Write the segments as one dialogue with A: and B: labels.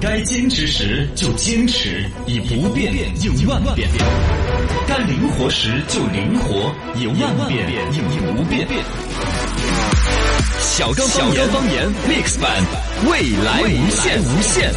A: 该坚持时就坚持，以不变应万变；该灵活时就灵活，以万变应不变。小刚方言方言 mix 版，未来无限无限。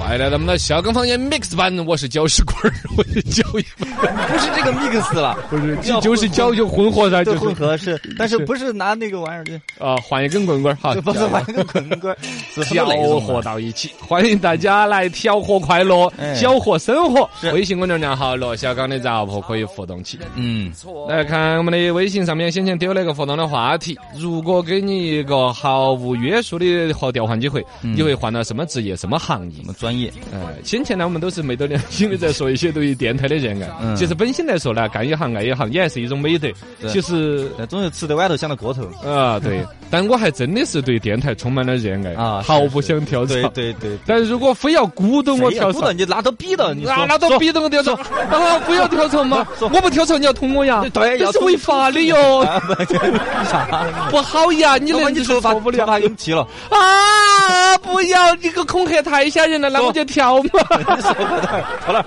B: 欢迎来到我们的小刚方言 mix 版，我是搅屎棍儿，我是搅一
C: 不是这个 mix 了，
B: 不是
C: 要
B: 就是
C: 混
B: 搅就混合噻，
C: 对
B: 就是
C: 混合是，但是
B: 是
C: 不是拿那个玩意儿去，
B: 啊，换一根棍棍儿哈，
C: 就不是玩那个滚 棍儿，是什
B: 搅
C: 么雷
B: 和到一起，欢迎大家来调和快乐
C: 哎，
B: 搅和生活。
C: 是
B: 微信公众号罗小刚的绕婆可以互动起。
C: 嗯，
B: 来看我们的微信上面，先前丢了一个互动的话题，如果给你一个毫无约束的和调换机会，你会换到什么职业、什么行业
C: 我？们专业，
B: 呃，先前呢，我们都是昧着良心的在说一些对于电台的热爱。
C: 嗯
B: 其实本心来说呢，干一行爱一行也还是一种美德。
C: 对
B: 其实
C: 呃总是吃得碗头想到锅头
B: 啊，对，但我还真的是对电台充满了热爱
C: 啊，
B: 毫
C: 是
B: 不想跳槽。
C: 对对对，
B: 但如果非要鼓动我
C: 谁呀
B: 跳
C: 不
B: 槽
C: 能，你拿刀逼的，你
B: 那
C: 说
B: 那都逼着我跳槽啊！不要跳槽 嘛，我不跳槽你要捅我呀，
C: 对
B: 这
C: 要
B: 是
C: 捅
B: 违法的哟，
C: 啥？
B: 不好呀，你
C: 老
B: 那
C: 板，
B: 你
C: 你头发
B: 错不
C: 头
B: 了
C: 发给我们剃了，
B: 啊！不要，这个恐吓太吓人了，啊那我就跳嘛。
C: 好了，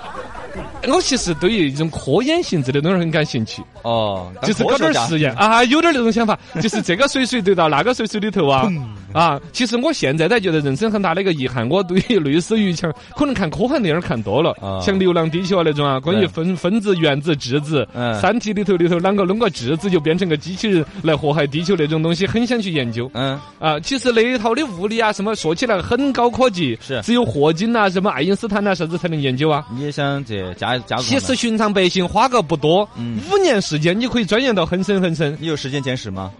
B: 我其实对于一种科研性质的东西很感兴趣，
C: 哦，
B: 就是搞点儿实
C: 验，
B: 验啊，有点儿那种想 法，就是这个水水对到那个水水里头啊啊！其实我现在才觉得人生很大的一个遗憾，我对于律师于强，可能看科幻电影看多了
C: 啊，
B: 像《流浪地球》啊那种啊，关于
C: 对
B: 分分子、原子、质子，
C: 嗯
B: 《三体》里头里头啷个弄个质子就变成个机器人来祸害地球那种东西，很想去研究。
C: 嗯，
B: 啊，其实那一套的物理啊，什么说起来很高科技，
C: 是
B: 只有霍金呐、什么爱因斯坦呐、啥子才能研究啊。
C: 你也想这加加入？
B: 其实，寻常百姓花个不多，
C: 嗯
B: 五年时间你可以钻研到很深很深。
C: 你有时间简史吗？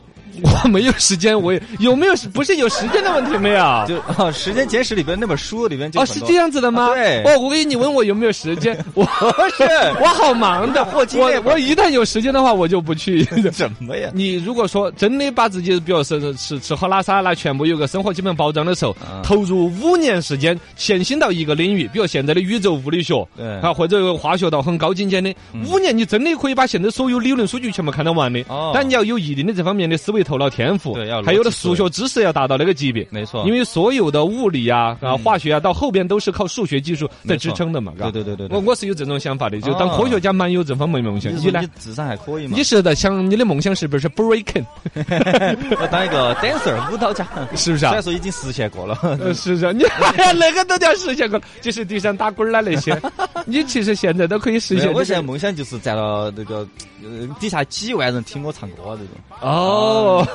B: 我没有时间，我也有没有时不是有时间的问题没有？
C: 就啊，时间简史里边那本书里边就
B: 哦，
C: 有很
B: 是
C: 多
B: 这样子的吗？
C: 啊对
B: 哦，我给你问我有没有时间，我
C: 是
B: 我好忙的，
C: 霍金那
B: 我
C: 本
B: 我一旦有时间的话，我就不去。
C: 什么呀？
B: 你如果说真的把自己，比如是吃吃喝拉撒那全部有个生活基本保障的时候，
C: 嗯
B: 投入五年时间，潜心到一个领域，比如现在的宇宙物理学，
C: 对嗯
B: 啊，或者化学到很高精尖的，五年你真的可以把现在所有理论数据全部看得完的。
C: 哦
B: 但你要有一定的这方面的思维头脑天赋，
C: 对要逻辑
B: 还有的数学知识要达到那个级别。
C: 没错嗯
B: 因为所有的物理啊、啊化学啊，到后边都是靠数学技术在
C: 没错
B: 支撑的嘛，嘎
C: 对对对对对
B: 我我是有这种想法的，就当
C: 哦
B: 科学家蛮有这方面的梦想。
C: 你
B: 你
C: 说
B: 呢
C: 你？智商还可以嘛？
B: 你是在想你的梦想是不是 breaking？
C: 要当一个 dancer 舞蹈家，
B: 是不是
C: 虽
B: 啊
C: 然？说已经实现过了，
B: 呃，是是， 你哎呀，那个都叫实现过了，就是地上打滚儿啦那 些，你其实现在都可以实
C: 没
B: 现这
C: 有
B: 个。
C: 我现在梦想就是占了那个呃底下几万人听我唱歌这种，
B: 哦，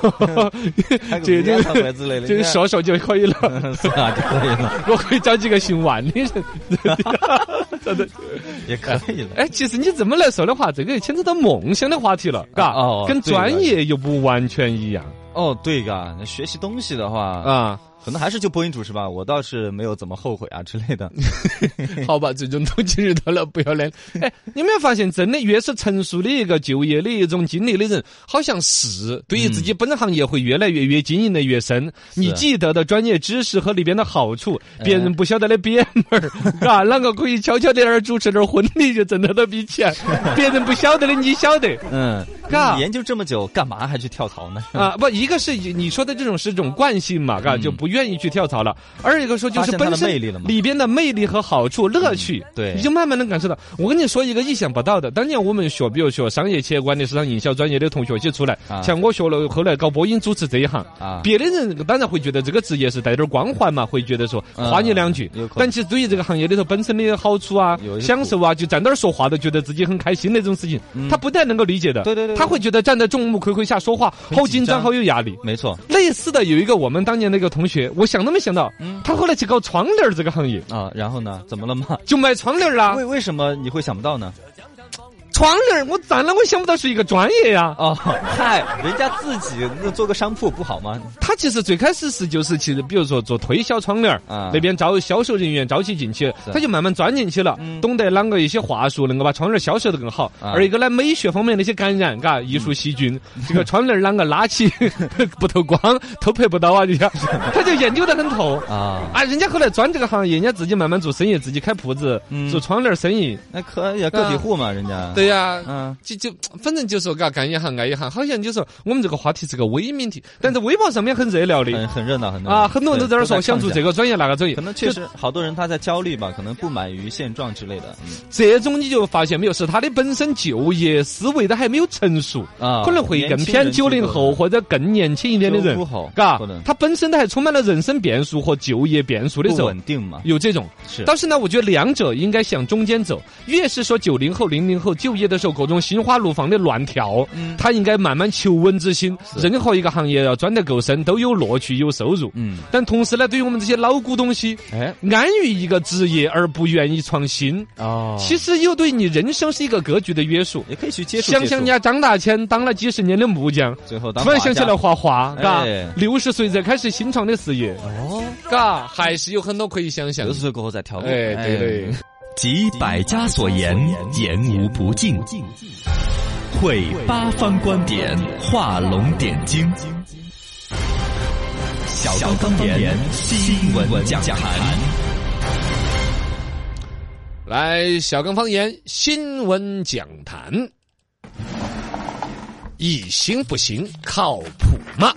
C: 开个
B: 这
C: 演唱会
B: 就
C: 之类的，
B: 这
C: 应
B: 个
C: 该
B: 说说就可以 了。
C: 是啊就可以了，
B: 我可以找几个姓万的 人。真的，
C: 也可以了。
B: 哎，其实你这么来说的话，这个牵扯到梦想的话题了，嘎，
C: 哦
B: 跟
C: 对
B: 专业又不完全一样
C: 哦，对嘎，那学习东西的话，
B: 啊。
C: 可能还是就播音主持吧，我倒是没有怎么后悔啊之 类的。
B: 好吧，最终都进入到了不要脸。哎，你有没有发现，真的越是成熟的一个就业的一种经历的人，好像是对于自己本行业会越来越越经营的越深。你记得的专业知识和里边的好处，别人不晓得的憋门儿，嘎，啷个可以悄悄的那儿主持点儿婚礼就挣得到笔钱，别人不晓得的你晓得。
C: 嗯，
B: 嘎
C: 你研究这么久，干嘛还去跳槽呢？
B: 啊，不，一个是你你说的这种是一种惯性嘛，嘎，就不愿意去跳槽了；二一个说就是
C: 嗯发现它的
B: 本身
C: 魅力了嘛嗯
B: 里边的魅力和好处、乐趣，
C: 对
B: 你就慢慢能感受到。我跟你说一个意想不到的，当年我们学，比如学商业企业管理、市场营销专业的同学一起出来，
C: 啊
B: 像我学了后来搞播音主持这一行。
C: 啊，
B: 别的人当然会觉得这个职业是带点儿光环嘛，会觉得说夸你两句
C: 嗯有，可能
B: 但其实对于这个行业里头本身的好处啊
C: 有、一些嗯
B: 享受啊，就站那儿说话都觉得自己很开心那种事情，他不太能够理解的。
C: 对对对对
B: 他会觉得站在众目睽睽下说话好紧
C: 紧
B: 张、
C: 张
B: 好有压力。
C: 没错
B: 类似的有一个我们当年那个同学，我想都没想到，
C: 嗯
B: 他后来去搞窗帘儿这个行业，
C: 啊。然后呢，怎么了嘛？
B: 就卖窗帘儿啦
C: 为。为什么你会想不到呢？
B: 窗帘儿我咋了？我想不到是一个专业呀、
C: 哦，嗨，人家自己那做个商铺不好吗？
B: 他其实最开始是就是其实，比如说做推销窗帘儿，
C: 啊
B: 那边招销售人员招起进去，他就慢慢钻进去了，懂得啷个一些话术，能够把窗帘儿销售得更好。
C: 嗯啊嗯
B: 而一个呢，美学方面的一些感染，嘎，艺术细菌， 这个窗帘儿啷个拉起 不透光， 偷拍不到啊，这 些，他就研究得很透。
C: 啊，
B: 啊，人家后来钻这个行业，人家自己慢慢做生意，自己开铺子，
C: 嗯
B: 做窗帘儿生意。
C: 那可以啊，个体户嘛，人家
B: 对对呀、
C: 嗯，
B: 就就反正就说嘎，干一行爱一行，好像就说我们这个话题是个伪命题，但在微博上面很热闹的
C: 很很热闹，很热闹
B: 啊，很多人都在那儿说想做这
C: 个，
B: 个专业那个专业
C: 可，能确实好多人他在焦虑吧，可能不满于现状之类的。嗯
B: 这种你就发现没有，是他的本身就业思维他还没有成熟，
C: 啊，
B: 可能会更偏九零后或者更年轻一点的人
C: 九五后，
B: 嘎
C: 可能，
B: 他本身他还充满了人生变数和就业变数的
C: 不
B: 时候
C: 稳。定嘛，
B: 有这种，
C: 是
B: 但是呢，我觉得两者应该向中间走。越是说九零后、零零后就业的时候，各种心花怒放的乱跳，
C: 嗯
B: 他应该慢慢求稳之心。任何一个行业要钻得够深，都有乐趣、有收入。
C: 嗯，
B: 但同时呢，对于我们这些老古东西，
C: 哎，
B: 安于一个职业而不愿意创新，
C: 哦，
B: 其实又对你人生是一个格局的约束。
C: 也可以去接触
B: 想
C: 接触
B: 想人家张大千当了几十年的木匠，
C: 最后当
B: 突然
C: 画
B: 想起
C: 家
B: 来画画，嘎
C: 哎，
B: 六十岁才开始新创的事业，哦，嘎，还是有很多可以想象
C: 六。十岁过后再跳舞，
B: 哎，对对。
A: 集百家所言，言无不尽；汇八方观点，画龙点睛。小刚言新闻讲坛，
B: 来，小刚方言新闻讲坛，一行不行，靠谱吗？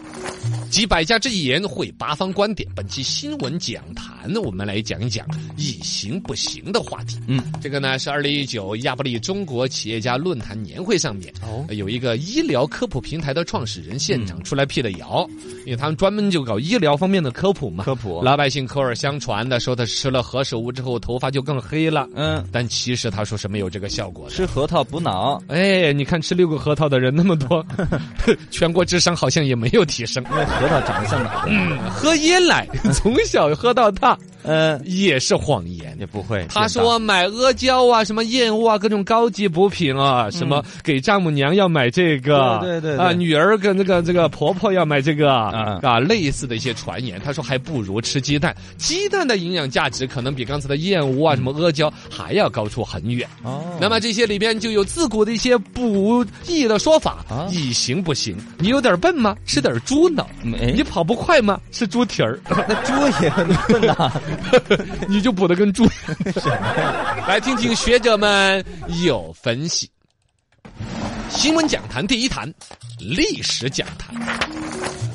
B: 几百家之言汇八方观点。本期新闻讲坛，我们来讲一讲“一行不行”的话题。
C: 嗯，
B: 这个呢是二零一九亚布力中国企业家论坛年会上面，
C: 哦嗯
B: 呃有一个医疗科普平台的创始人现场出来辟的谣，因为他们专门就搞医疗方面的科普嘛。
C: 科普，啊
B: 老百姓口耳相传的说他吃了何首乌之后头发就更黑了，
C: 嗯，
B: 但其实他说是没有这个效果的。
C: 吃核桃补脑，
B: 哎，你看吃六个核桃的人那么多， 全国智商好像也没有提升。
C: 因为核桃长得像 脑袋。
B: 喝椰奶从小喝到大
C: 嗯，
B: 也是谎言。
C: 也不会。
B: 他说买阿胶啊，什么燕窝啊，各种高级补品啊，什么给丈母娘要买这个，
C: 嗯对对对对
B: 啊，女儿跟这个这个婆婆要买这个啊
C: 嗯，
B: 啊，类似的一些传言。他说还不如吃鸡蛋，鸡蛋的营养价值可能比刚才的燕窝啊、什么阿胶还要高出很远。
C: 哦，
B: 那么这些里边就有自古的一些不义的说法
C: 啊，
B: 以行不行？你有点笨吗？吃点猪脑。
C: 嗯 哎
B: 你跑不快吗？吃猪蹄儿，
C: 那猪也很笨呐，
B: 你就补的跟猪。来听听学者们有分析。新闻讲坛第一坛，历史讲坛。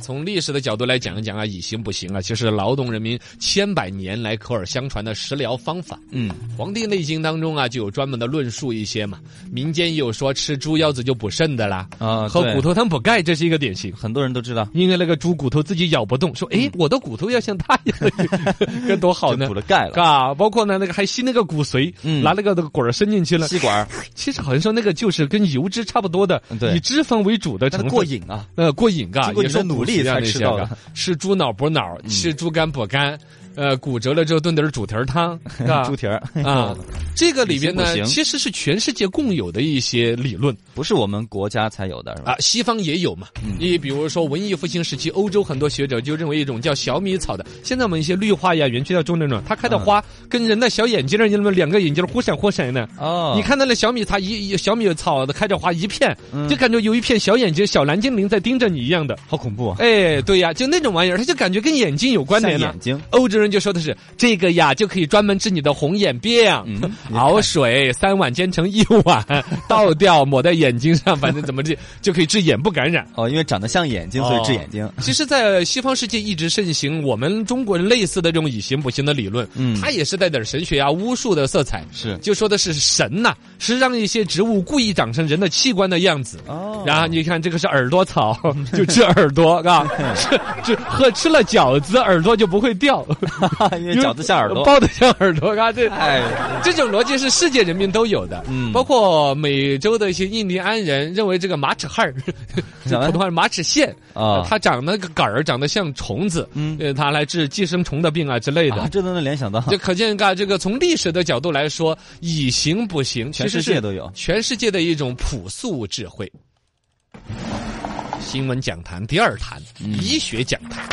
B: 从历史的角度来讲一讲啊，以行不行啊？其实劳动人民千百年来口耳相传的食疗方法，
C: 嗯，
B: 《黄帝内经》当中啊，就有专门的论述一些嘛。民间也有说吃猪腰子就补肾的啦，
C: 啊
B: 喝
C: 对
B: 骨头汤补钙，这是一个典型。
C: 很多人都知道，
B: 因为那个猪骨头自己咬不动，说：“哎，我的骨头要像它一样，这多好
C: 嗯就
B: 呢
C: 补了钙！”了，
B: 嘎，包括呢，那个还吸那个骨髓，
C: 嗯
B: 拿那个那个管儿伸进去了。
C: 吸管儿，
B: 其实好像说那个就是跟油脂差不多的
C: 嗯，对
B: 以脂肪为主的
C: 但
B: 成
C: 是
B: 分。
C: 过瘾啊，
B: 呃，过瘾嘎，
C: 经过
B: 也
C: 你
B: 是
C: 的努力才吃到的 嗯
B: 嘎。吃猪脑补脑，吃猪肝补肝，呃，骨折了之后炖点儿猪蹄儿 汤，嘎
C: 猪蹄儿
B: 啊，这个里边
C: 你
B: 呢
C: 信，不信
B: 其实是全世界共有的一些理论
C: 不是我们国家才有的，是吧？
B: 啊，西方也有嘛。
C: 嗯
B: 你比如说文艺复兴时期，欧洲很多学者就认为一种叫小米草的，现在我们一些绿化呀、园区要种那种，它开的花
C: 嗯
B: 跟人的小眼睛儿那么两个眼睛儿忽闪忽闪的。
C: 哦
B: 啊你，看那那小米，它一一小米草开着花一片，
C: 嗯
B: 就感觉有一片小眼睛、小蓝精灵在盯着你一样的。
C: 好恐怖啊！
B: 哎，对呀，就那种玩意儿，它就感觉跟眼睛有关
C: 像
B: 联了
C: 眼。睛，
B: 欧洲人就说的是这个呀，就可以专门治你的红眼病。
C: 嗯
B: 熬水三碗煎成一碗，倒掉抹在眼睛上，反正怎么治 就可以治眼部感染。
C: 哦，因为长得像眼睛，所以治
B: 哦
C: 眼睛。
B: 其实，在西方世界一直盛行我们中国人类似的这种以形补形的理论，
C: 嗯
B: 它也是带点神学啊、巫术的色彩，
C: 是
B: 就说的是神呐、是让一些植物故意长成人的器官的样子。
C: 哦
B: 然后你看，这个是耳朵草， 就吃耳朵， 啊，吃吃喝吃了饺子，耳朵就不会掉，
C: 后 因为 饺子像耳朵，
B: 包的像耳朵，啊， 这
C: 哎，
B: 这种逻辑是世界人民都有的，
C: 嗯
B: 包括美洲的一些印第安人认为这个马齿 苋儿，
C: 什么
B: 普通话是马齿苋
C: 啊
B: 它长那个杆儿长得像虫子，
C: 嗯
B: 呃，它来治寄生虫的病啊之类的。
C: 啊，这都能联想到，
B: 就可见，嘎，这个从历史的角度来说，以形补形，
C: 全
B: 其实
C: 世
B: 是
C: 界都有。
B: 全世界的一种朴素智慧。
C: 嗯
B: 新闻讲坛第二坛，医学讲坛。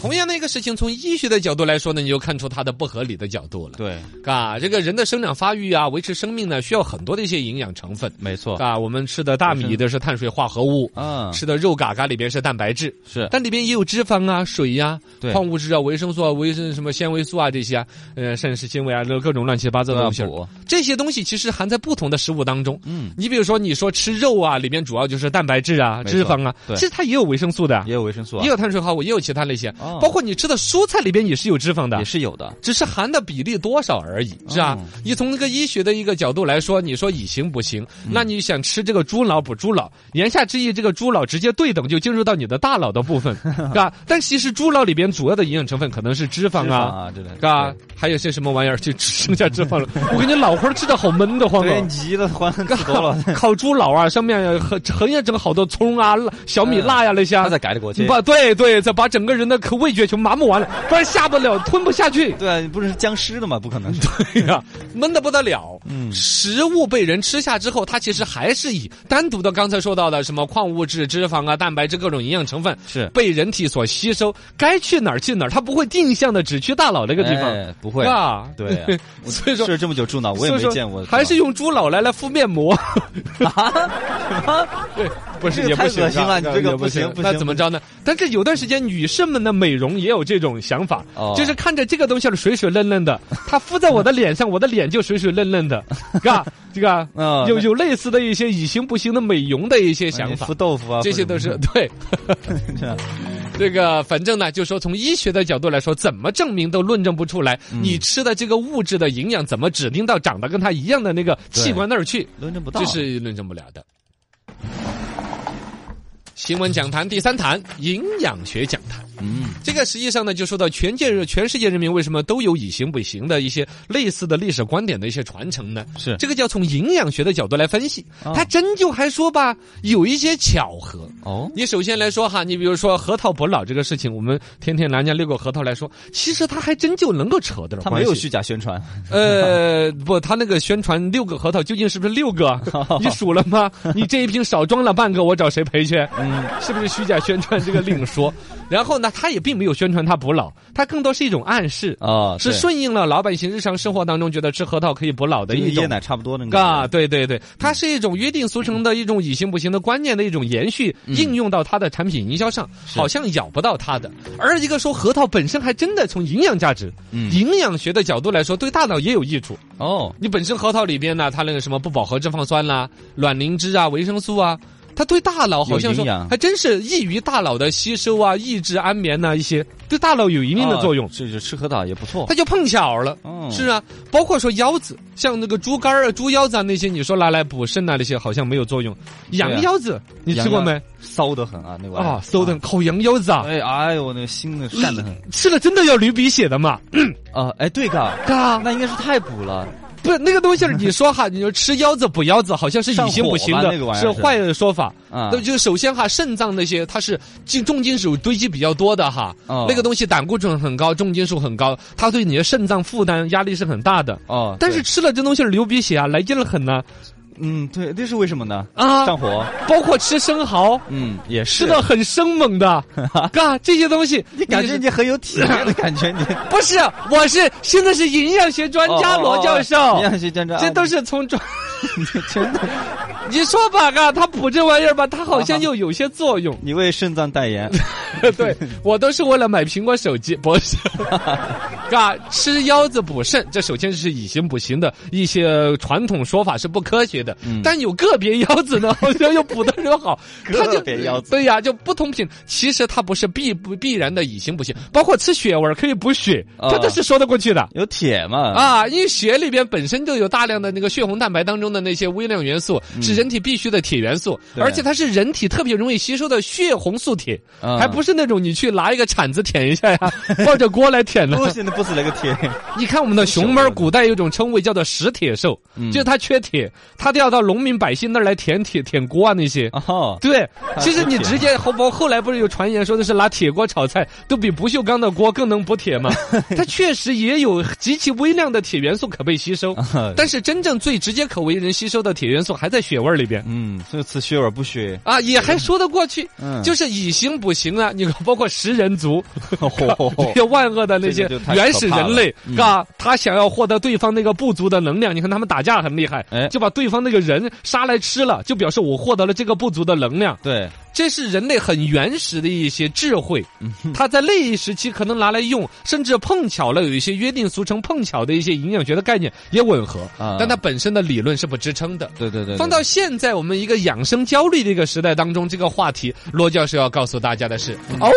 B: 同样的一个事情，从医学的角度来说呢，你就看出它的不合理的角度了。
C: 对，
B: 啊，这个人的生长发育啊，维持生命呢，需要很多的一些营养成分。
C: 没错，
B: 啊，我们吃的大米的是碳水化合物，
C: 嗯，
B: 吃的肉嘎嘎里边是蛋白质，
C: 是，
B: 但里边也有脂肪啊、水呀、
C: 对
B: 矿物质啊、维生素啊、维生什么纤维素啊这些啊，呃，膳食纤维啊，各种乱七八糟
C: 都
B: 的
C: 要
B: 东西儿。
C: 啊补，
B: 这些东西其实含在不同的食物当中。
C: 嗯，
B: 你比如说，你说吃肉啊，里面主要就是蛋白质啊、
C: 没错
B: 脂肪啊，
C: 对
B: 其实它也有维生素的啊，
C: 也有维生素啊
B: 也，有碳水化合物，也有其他那些，
C: 哦
B: 包括你吃的蔬菜里边也是有脂肪的
C: 也。是有的，
B: 只是含的比例多少而已，是吧
C: 哦？
B: 你从这个医学的一个角度来说，你说以形补形，
C: 嗯
B: 那你想吃这个猪脑补猪脑，言下之意，这个猪脑直接对等就进入到你的大脑的 部分，是吧？但其实猪脑里边主要的营养成分可能是脂肪
C: 脂肪
B: 啊，
C: 啊，真的，
B: 是吧？还有些什么玩意儿就只剩下脂 肪了。我感觉脑花吃的好闷得慌
C: 对，
B: 啊。
C: 急的慌，吃多了，
B: 烤猪脑啊，上面很很也整好多葱啊、辣小米辣呀、那些啊，
C: 他在改的过去，
B: 把对对，再把整个人的口味觉全麻木完了，不然下不了，吞不下去。
C: 对啊，你不是僵尸的嘛，不可能，
B: 对呀、闷得不得了。
C: 嗯
B: 食物被人吃下之后，它其实还是以单独的刚才说到的什么矿物质、脂肪啊、蛋白质各种营养成分
C: 是
B: 被人体所吸收，该去哪儿去哪儿，它不会定向的只去大脑那个地方，
C: 哎不会
B: 是，吧？
C: 对啊，我
B: 所以说
C: 吃了这么久猪脑，我
B: 所
C: 也
B: 以
C: 没
B: 说
C: 见过猪脑，
B: 还是用猪脑来来敷面 膜。
C: 啊，
B: 对，不是
C: 这个
B: 也不
C: 太
B: 行
C: 恶心
B: 啊
C: 了你这个
B: 也
C: 不行不
B: 那
C: 行
B: 怎
C: 不
B: 么着呢？但是有段时间女生们的美容也有这种想法
C: 哦，
B: 就是看着这个东西儿水水嫩嫩 的，它敷在我的脸上，我的脸就水水嫩嫩 的，嘎，这个啊
C: 嗯
B: 有有类似的一些以形补形的美容的一些想法
C: 敷。豆腐啊，
B: 这些都是对，
C: 是 啊
B: 这个反正呢，就说从医学的角度来说，怎么证明都论证不出来，
C: 嗯
B: 你吃的这个物质的营养怎么指定到长得跟它一样的那个器
C: 对
B: 官那儿去？
C: 论证不到，
B: 这是论证不了的。新闻讲坛第三坛营养学讲坛，
C: 嗯，
B: 这个实际上呢，就说到全界全世界人民为什么都有以形补形的一些类似的历史观点的一些传承呢？
C: 是
B: 这个叫从营养学的角度来分析，
C: 哦
B: 它真就还说吧，有一些巧合。
C: 哦，
B: 你首先来说哈，你比如说核桃补脑这个事情，我们天天拿人家六个核桃来说，其实它还真就能够扯得了
C: 他
B: 关
C: 没
B: 系。
C: 有虚假宣传，
B: 呃，不，他那个宣传六个核桃究竟是不是六个 啊？你数了吗？你这一瓶少装了半个，我找谁赔去？
C: 嗯，
B: 是不是虚假宣传这个另说？然后呢，他也并没有宣传他补脑，他更多是一种暗示，
C: 啊，
B: 是
C: 对
B: 顺应了老百姓日常生活当中觉得吃核桃可以补脑的
C: 跟
B: 一
C: 椰
B: 种。
C: 奶差不多那个，
B: 啊，对对对，它是一种约定俗成的一种以形补形的观念的一种延续，
C: 嗯
B: 应用到它的产品营销上，好像咬不到它的。而一个说核桃本身还真的从营养价值、
C: 嗯
B: 营养学的角度来说，对大脑也有益处。
C: 哦，
B: 你本身核桃里边呢，它那个什么不饱和脂肪酸啦、卵磷脂啊、维生素啊。它对大脑好像
C: 有
B: 说
C: 营养
B: 还真是易于大脑的吸收啊、抑制安眠呐、一些，对大脑有一定的作用。
C: 啊是是吃核桃也不错
B: 它，就碰巧了。
C: 嗯
B: 是啊，包括说腰子，像那个猪肝儿啊、猪腰子啊那些，你说拿来补肾啊那些，好像没有作用。
C: 啊
B: 羊腰子你吃过没？
C: 骚得很啊，那玩意儿
B: 啊，馊的，烤羊腰子啊，
C: 哎哎呦，那个腥的膻的很
B: 吃了真的要流鼻血的嘛？
C: 啊，哎对嘎，
B: 嘎，
C: 那应该是太补了，
B: 不是那个东西儿，你说哈，你说吃腰子补腰子，好像是以形补形
C: 上火吧
B: 的，
C: 那个玩意
B: 是
C: 儿是
B: 坏的说法。
C: 啊
B: 那就首先哈，肾脏那些它是金重金属堆积比较多的哈，
C: 哦
B: 那个东西胆固醇很高，重金属很高，它对你的肾脏负担压力是很大的。
C: 哦，
B: 但是
C: 对
B: 吃了这东西儿流鼻血啊，来劲儿很呢
C: 嗯对，这是为什么呢？
B: 啊！
C: 上火，
B: 包括吃生蚝，
C: 嗯也
B: 吃
C: 是
B: 的很生猛的，嘎，这些东西
C: 你感觉
B: 是
C: 你很有体验的感 觉，你
B: 不是？我是现在是营养学专家
C: 哦哦哦
B: 罗教授，
C: 营养学专家，
B: 这都
C: 是
B: 是从专。
C: 真的，
B: 你说吧，嘎，他补这玩意儿吧，他好像又有些作用。
C: 你为肾脏代 言，
B: 对我都是为了买苹果手机，不 是？嘎，吃腰子补肾，这首先是以形补形的一些传统说法是不科学的，
C: 嗯
B: 但有个别腰子 呢，好像又补的又好，它就
C: 个别腰子
B: 对呀、就不同品，其实它不是必不必然的以形补形，包括吃血丸可以补血，
C: 啊
B: 它都是说得过去的。
C: 有铁嘛，
B: 啊，因为血里边本身就有大量的那个血红蛋白当中的那些微量元素，是人体必需的铁元素，
C: 嗯对
B: 而且它是人体特别容易吸收的血红素铁，
C: 啊
B: 还不是那种你去拿一个铲子舔一下 呀，抱着锅来舔的。
C: 不行，那不是那个 铁，
B: 你看我们的熊猫儿，古代有一种称谓叫做食铁兽，
C: 嗯
B: 就是它缺铁，它都要到农民百姓那儿来舔铁、舔锅啊那些。
C: 哦，
B: 对，其实
C: 吃
B: 你
C: 铁
B: 直接后包后来不是有传言说的是拿铁锅炒菜都比不锈钢的锅更能补铁 吗？
C: 啊
B: 它确实也有极其微量的铁元素可被吸收，但是真正最直接可为人吸收的铁元素还在血味儿里边。
C: 嗯，所以吃血而不血，
B: 啊，也还说得过去，
C: 嗯
B: 就是以形补形啊，你看包括食人族，
C: 嚯
B: 这万恶的那些
C: 哦这个就太
B: 原始人类
C: 可怕了嗯，
B: 嘎、他想要获得对方那个部族的能量，你看他们打架很厉害，
C: 哎
B: 就把对方那个人杀来吃了，就表示我获得了这个部族的能量。
C: 对，
B: 这是人类很原始的一些智慧，
C: 嗯
B: 他在那一时期可能拿来用，甚至碰巧了有一些约定俗成碰巧的一些营养学的概念也吻合，
C: 啊
B: 但它本身的理论是不支撑的。
C: 对对对，
B: 放到现在我们一个养生焦虑的一个时代当中，这个话题，罗教授要告诉大家的是，哦，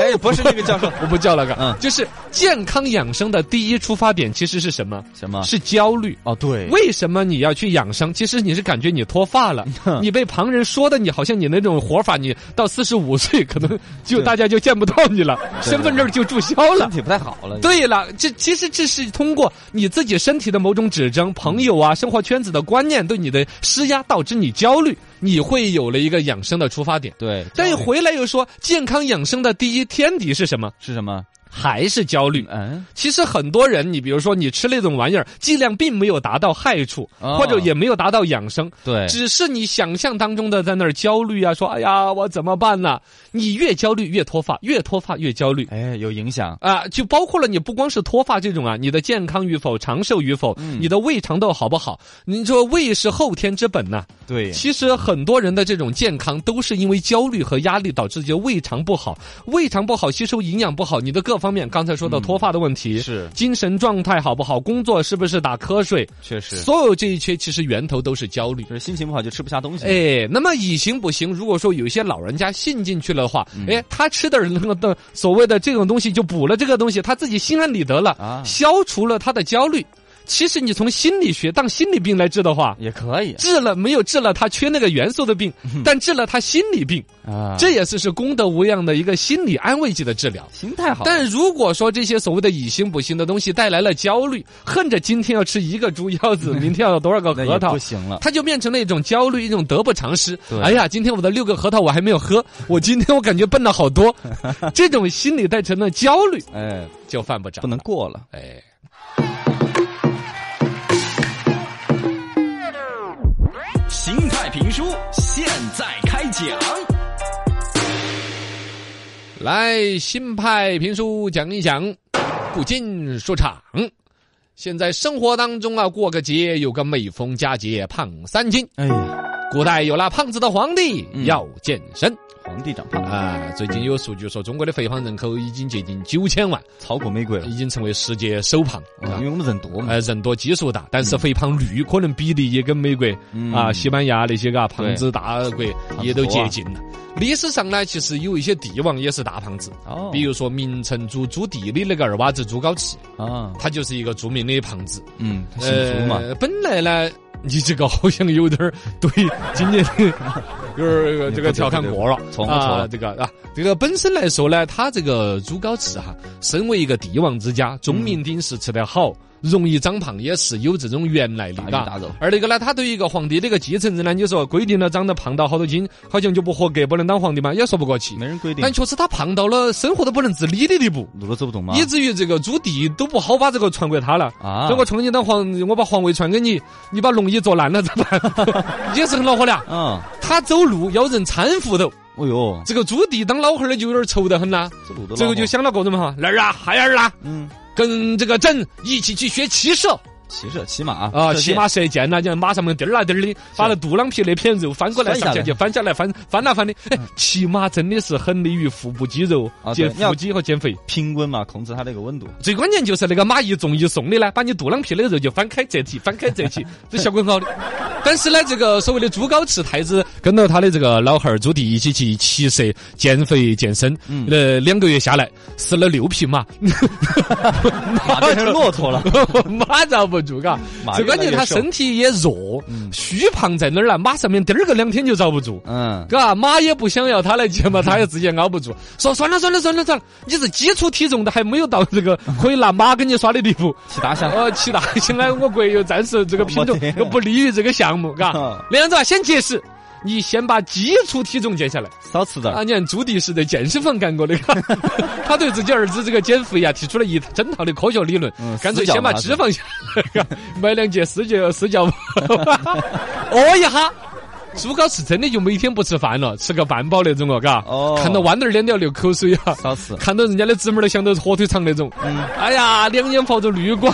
C: 哎，不是那个教授
B: 我不叫那个，
C: 嗯
B: 就是健康养生的第一出发点其实是什么？
C: 什么？
B: 是焦虑。
C: 哦，对，
B: 为什么你要去养生？其实你是感觉你脱发了，你被旁人说的，你好像你那种活法，你到四十五岁可能就大家就见不到你了，身份证就注销了
C: 身。体不太好了，
B: 对了，这其实这是通过你自己身体的某种指征，朋友啊、生活圈子的观念对你的施压，导致你焦虑，你会有了一个养生的出发点。
C: 对，
B: 但一回来又说，健康养生的第一天敌是什么？
C: 是什么？
B: 还是焦虑。
C: 嗯，
B: 其实很多人，你比如说你吃那种玩意儿，剂量并没有达到害处，
C: 哦
B: 或者也没有达到养生，
C: 对，
B: 只是你想象当中的在那儿焦虑啊，说哎呀我怎么办呢、你越焦虑越脱发，越脱发越焦虑。
C: 哎，有影响，
B: 啊，就包括了你不光是脱发这种啊，你的健康与否、长寿与否，
C: 嗯
B: 你的胃肠道好不好？你说胃是后天之本呐、
C: 对，
B: 其实很多人的这种健康都是因为焦虑和压力导致的胃肠不好，胃肠不好，吸收营养不好，你的各方面刚才说到脱发的问题，
C: 嗯是
B: 精神状态好不好，工作是不是打瞌睡，
C: 确实，
B: 所有这一切其实源头都是焦虑
C: 就。是心情不好就吃不下东西，
B: 哎，那么以形补形，如果说有一些老人家信进去了的话，
C: 嗯
B: 哎，他吃点儿那个的所谓的这种东西，就补了这个东西，他自己心安理得了，
C: 啊
B: 消除了他的焦虑。其实你从心理学当心理病来治的话，
C: 也可以
B: 治了没有治了他缺那个元素的病，但治了他心理病，
C: 嗯啊，
B: 这也是是功德无量的一个心理安慰剂的治疗。
C: 心态好，
B: 但如果说这些所谓的以形补形的东西带来了焦虑，恨着今天要吃一个猪腰 子，明天要多少个
C: 那
B: 核
C: 也
B: 桃
C: 不，行了，
B: 它就变成了一种焦虑，一种得不偿失
C: 对。
B: 哎呀，今天我的六个核桃我还没有 喝，我今天我感觉笨了好多，这种心理带成了焦虑
C: 哎，
B: 就犯不着，
C: 不能过了。
B: 哎。
A: 心态评书现在开讲。
B: 来，新派评书讲一讲古今说唱。现在生活当中啊，过个节有个每逢佳节胖三斤。
C: 哎呀，
B: 古代有那胖子的皇帝
C: 嗯
B: 要健身、
C: 皇帝长胖了，
B: 啊。最近有数据说，中国的肥胖人口已经接近九千万，
C: 超过玫瑰了
B: 已，经成为世界首胖。
C: 啊
B: 啊
C: 因为我们人多嘛。
B: 呃，人多基数大，但是肥胖率可能比例也跟美国、
C: 嗯
B: 啊、西班牙那些嘎
C: 对
B: 胖子大国
C: 啊
B: 也都接近了。历史上呢，其实有一些帝王也是大胖子，
C: 哦，
B: 比如说明成祖朱棣的那个二娃子朱高炽，
C: 啊，
B: 他就是一个著名的胖子。
C: 嗯，他姓朱嘛，
B: 呃，本来呢，你这个好像有点儿对今 年的有点儿这个调侃过了，
C: 错了错
B: 啊
C: 了，
B: 这个啊，这个本身来说呢，他这个朱高炽哈，身为一个帝王之家，钟鸣鼎食吃得好。容易长胖也是有这种原来的，
C: 大鱼
B: 嘎
C: 大肉
B: 而那个呢，他对于一个皇帝的一个继承人呢，你说规定了长得胖到好多斤，好像就不合格，不能当皇帝嘛，也说不过去。
C: 没人规定
B: 但，确实他胖到了生活都不能自理的地步，
C: 路都走不动嘛。
B: 以至于这个朱棣都不好把这个传给他了。
C: 啊，
B: 这个传给你当皇，我把皇位传给你，你把龙椅坐烂了咋办？ 也是很恼火的啊。
C: 啊，
B: 他走路要人搀扶的，
C: 哦哟，
B: 这个朱棣当老汉儿的就有点愁得很啦。
C: 这路都
B: 最后就
C: 老
B: 想了个人哈，那儿啊，海儿啊，
C: 了嗯，
B: 跟这个朕一起去学骑射
C: 骑射骑马
B: 啊，
C: 射
B: 骑
C: 箭
B: 马射箭呐，就马上面颠儿啦颠儿的，把那肚腩皮那片肉翻过来
C: 翻下
B: 上下
C: 来嗯
B: 去，翻下来翻翻啦翻的。哎，骑马真的是很利于腹部肌肉
C: 啊对
B: 减
C: 你要
B: 腹肌和减肥。
C: 平温嘛，控制它这个 温度。
B: 最关键就是那个马一重一送的呢，把你肚腩皮的肉就翻开折起，翻开折 起，这效果很好的。但是呢，这个所谓的朱高炽太子跟到他的这个老汉儿朱棣一起去骑射、减肥、健身，
C: 嗯
B: 呃，两个月下来死了六匹马，
C: 马变成骆 驼了，
B: 马遭不住，嘎
C: 马。
B: 最关键
C: 越来越
B: 他
C: 瘦
B: 身体也弱，虚胖在那儿了，马上面第儿个两天就遭不住。
C: 嗯，
B: 嘎，马也不想要他来接嘛，他也自己也熬不住，说算了算了算了算了，你是基础体重的，还没有到这 个可以拿马跟你耍的地步。
C: 骑大象，
B: 呃，其他现在我国又暂时这个品种
C: 没得
B: 又不利于这个项目，嘎
C: 啊。
B: 那样子啊，先节食。你先把基础体重减下来。
C: 少吃点儿
B: 啊，。你看朱迪是在健身房干过的， 他对自己儿子这个减肥呀、提出了一整套的科学理论，
C: 嗯
B: 干脆
C: 私教
B: 先把
C: 嘛
B: 脂肪下来， 买两节 私教私教，哦一下。朱高是真的就每天不吃饭了，吃个饭饱那种哦，嘎。
C: 哦
B: 看到豌豆儿脸都要流口水啊。
C: 少吃
B: 看到人家的姊妹儿都想到火腿肠那种。
C: 嗯
B: 哎呀，两眼冒着绿 光，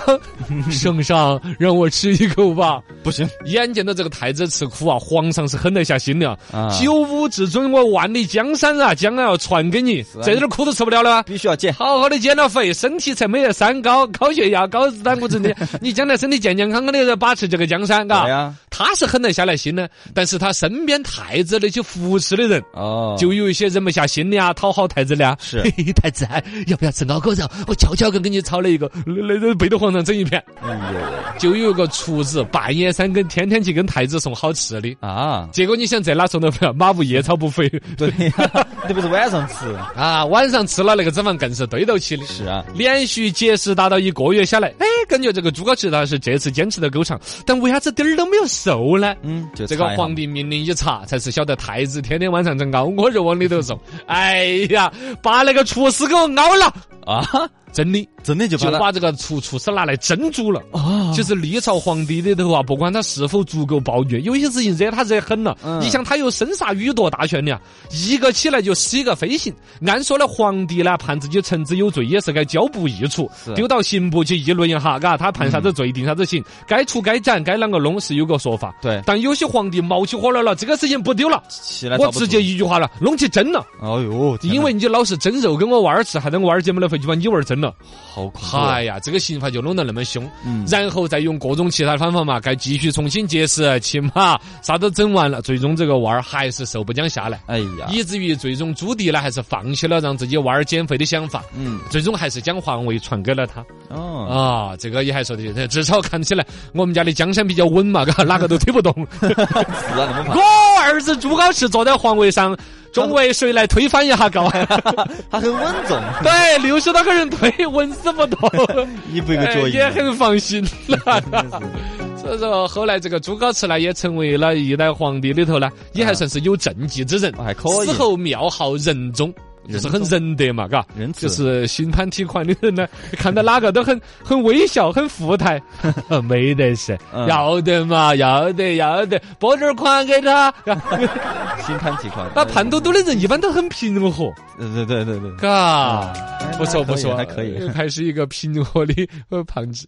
B: 圣上让我吃一口吧。
C: 不行，
B: 眼见到这个太子吃苦啊，皇上是狠得下心的啊
C: 啊！
B: 九五至尊，我万里江山啊，将来要传给你，
C: 啊
B: 这点苦都吃不了了啊。
C: 必须要减。
B: 好好的减了肥，身体才没得三高，高血压、高胆固 醇的，你将来身体健健康康的把持这个江山，嘎、
C: 对呀
B: 他是狠得下来心的，但是他身边太子那些扶持的人，
C: 哦，
B: 就有一些忍不下心的啊，讨好太子的啊。
C: 是
B: 嘿嘿太子啊，要不要吃熬锅肉？我悄悄跟给你炒了一个，来来背着皇上整一片。
C: 哎呦喂
B: 就有一个厨子半夜三更天天去跟太子送好吃的，
C: 啊，
B: 结果你想在哪送到不了？马无夜草不肥
C: 对呀， 特别是晚上吃。
B: 啊！晚上吃了那个脂肪更是堆到起的。
C: 是啊，
B: 连续节食达到一个月下来，哎，感觉这个朱高炽他是这次坚持的够长，但为啥子点儿都没有瘦呢？
C: 嗯，就
B: 这啊个
C: 查一下
B: 皇帝命令一查，才是晓得太子天天晚上整熬锅肉往里头送。哎呀，把那个厨师给我熬了，
C: 啊，
B: 真的。
C: 真的就
B: 就
C: 把它
B: 把这个厨厨师拿来蒸煮了。
C: 哦
B: 其实历朝皇帝里头啊，不管他是否足够暴虐，有些事情惹他惹狠了。
C: 嗯
B: 你想他有生杀予夺大权的啊，一个起来就死一个飞行。按说呢，皇帝呢判自己臣子有罪，也是该交部议处，
C: 是嗯
B: 丢到刑部去议论一下，嘎，他判啥子罪，定啥子刑，该处该斩，该啷个弄是有个说法。
C: 对
B: 但有些皇帝冒起火来了，这个事情不丢了，
C: 起来
B: 我
C: 遭不
B: 直接
C: 住。
B: 一句话了，弄起蒸了。
C: 哎呦，天哪
B: 因为你老是蒸肉跟我娃儿吃，还等我娃儿姐妹来回去把你娃儿蒸了。
C: 好恐怖啊。
B: 哎呀，这个刑罚就弄得那么凶，
C: 嗯
B: 然后再用各种其他的方法嘛，该继续重新节食、骑马，啥都整完了，最终这个娃儿还是瘦不将下来，
C: 哎呀，
B: 以至于最终朱棣呢还是放弃了让自己娃儿减肥的想法。
C: 嗯
B: 最终还是将皇位传给了他
C: 哦，
B: 啊，这个也还说得去，至少看起来我们家的江山比较稳嘛， 嘎，哪个都推不动。
C: 是啊，那么怕
B: 我儿子朱高炽坐在皇位上，众位谁来推翻一下，嘎？
C: 他很稳重，
B: 对，六十多个人推，纹丝不动。
C: 一步一个脚
B: 哎
C: 印。
B: 也很放 心了。所以说，后来这个朱高炽呢，也成为了一代皇帝里头呢，也还算是有政绩之人，
C: 啊还可以
B: 死后庙号仁宗。就是很仁德嘛，嘎，
C: 仁
B: 就
C: 慈
B: 是心宽体宽的人呢， 看到哪个都很很微笑，很富 态，没得事，
C: 嗯
B: 要得嘛，要得要得，拨点儿款给他。
C: 心宽体宽。
B: 那胖嘟嘟的人一般都很平和，
C: 哎对对对对对，
B: 嘎。
C: 哎
B: 不错
C: 还可以
B: 不错，
C: 还可以。
B: 还是一个平和的呃胖子。